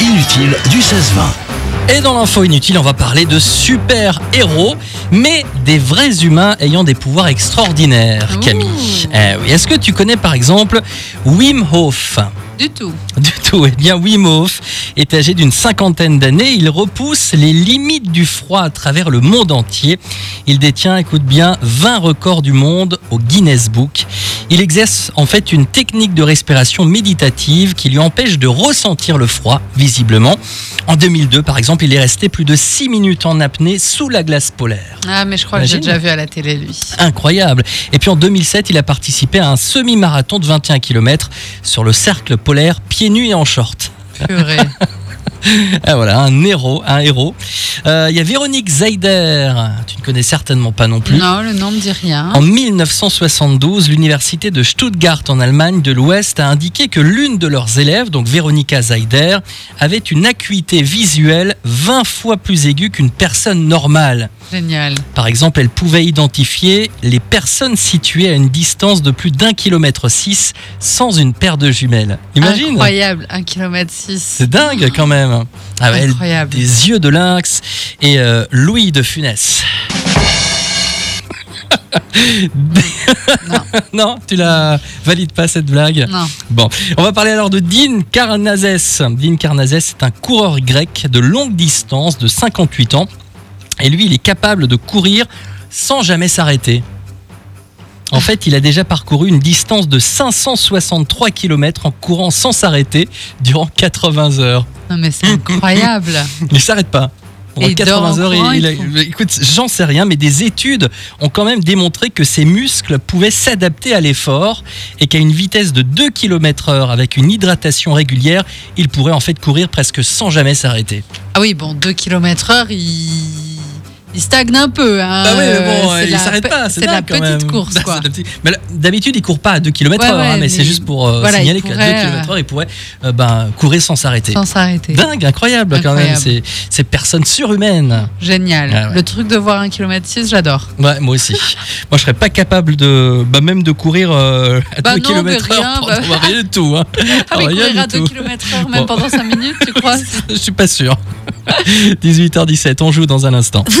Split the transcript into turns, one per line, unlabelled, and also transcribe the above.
inutile du 16-20.
Et dans l'info inutile, on va parler de super-héros, mais des vrais humains ayant des pouvoirs
Ah
extraordinaires, Camille. Eh oui. Est-ce que tu connais par exemple Wim Hof
Du tout.
du tout. Eh bien, Wim Hof est âgé d'une cinquantaine d'années. Il repousse les limites du froid à travers le monde entier. Il détient, écoute bien, 20 records du monde au Guinness Book. Il exerce en fait une technique de respiration méditative qui lui empêche de ressentir le froid, visiblement. En 2002, par exemple, il est resté plus de 6 minutes en apnée sous la glace polaire.
Ah, mais je crois que j'ai
Imagine.
déjà vu à la télé, lui.
Incroyable. Et puis en 2007, il a participé à un semi-marathon de 21 km sur le cercle polaire, pieds nus et en short.
Purée.
Ah, voilà, un héros, un héros. Euh, Il y a Véronique Zaider, tu ne connais certainement pas non plus.
non, le nom me dit rien.
En 1972, l'université de Stuttgart en Allemagne de l'Ouest a indiqué que l'une de leurs élèves, donc Véronica Zaider, avait une acuité visuelle 20 fois plus aiguë qu'une personne normale.
Génial.
Par exemple, elle pouvait identifier les personnes situées à une distance de plus d'un kilomètre six sans une paire de jumelles. Imagine
Incroyable. 1 km 6.
C'est dingue quand même. Ah ouais, elle-
Incroyable.
des yeux de lynx et euh, Louis de Funès.
Non. Mm.
non, tu la valides pas cette blague.
Non.
Bon, on va parler alors de Dean Karnazes. Dean Karnazes est un coureur grec de longue distance de 58 ans. Et lui, il est capable de courir sans jamais s'arrêter. En fait, il a déjà parcouru une distance de 563 km en courant sans s'arrêter durant 80 heures.
Non, mais c'est incroyable.
Il s'arrête pas. Pendant
Et il dort
80
en
heures,
courant,
il, il
il
a-
faut-
écoute, j'en sais rien, mais des études ont quand même démontré que ses muscles pouvaient s'adapter à l'effort et qu'à une vitesse de 2 km heure avec une hydratation régulière, il pourrait en fait courir presque sans jamais s'arrêter.
Ah oui, bon, 2 km heure, il... il stagne un peu. Hein.
bah oui, mais bon,
Euh,
euh,
c'est
il
la
s'arrête
pe-
pas,
C'est la
dingue quand
petite
même. Bah,
course,
C'est
quoi.
la petite- mais là, D'habitude, il court pas à 2 km
Ouais,
heure, hein,
ouais,
mais,
mais
c'est juste pour euh,
voilà, il
signaler qu'à 2
pourrait, euh,
km heure, il pourrait euh, ben, courir sans s'arrêter.
Sans s'arrêter.
Dingue, incroyable, quand même, ces,
Incroyable.
ces personnes surhumaines.
Génial.
Ah ouais.
Le truc de voir 1 km 6, j'adore.
Ouais, moi aussi. moi, je serais pas capable de, bah, même de courir euh, à
Bah
2
non, mais
km heure
rien,
pour
bah.
avoir rien du tout. hein.
Ah, mais
Alors, rien
courir à
du
2
tout.
km heure, même
Bon.
pendant 5 minutes, tu crois
Je suis pas sûr. 18h17, on joue dans un instant.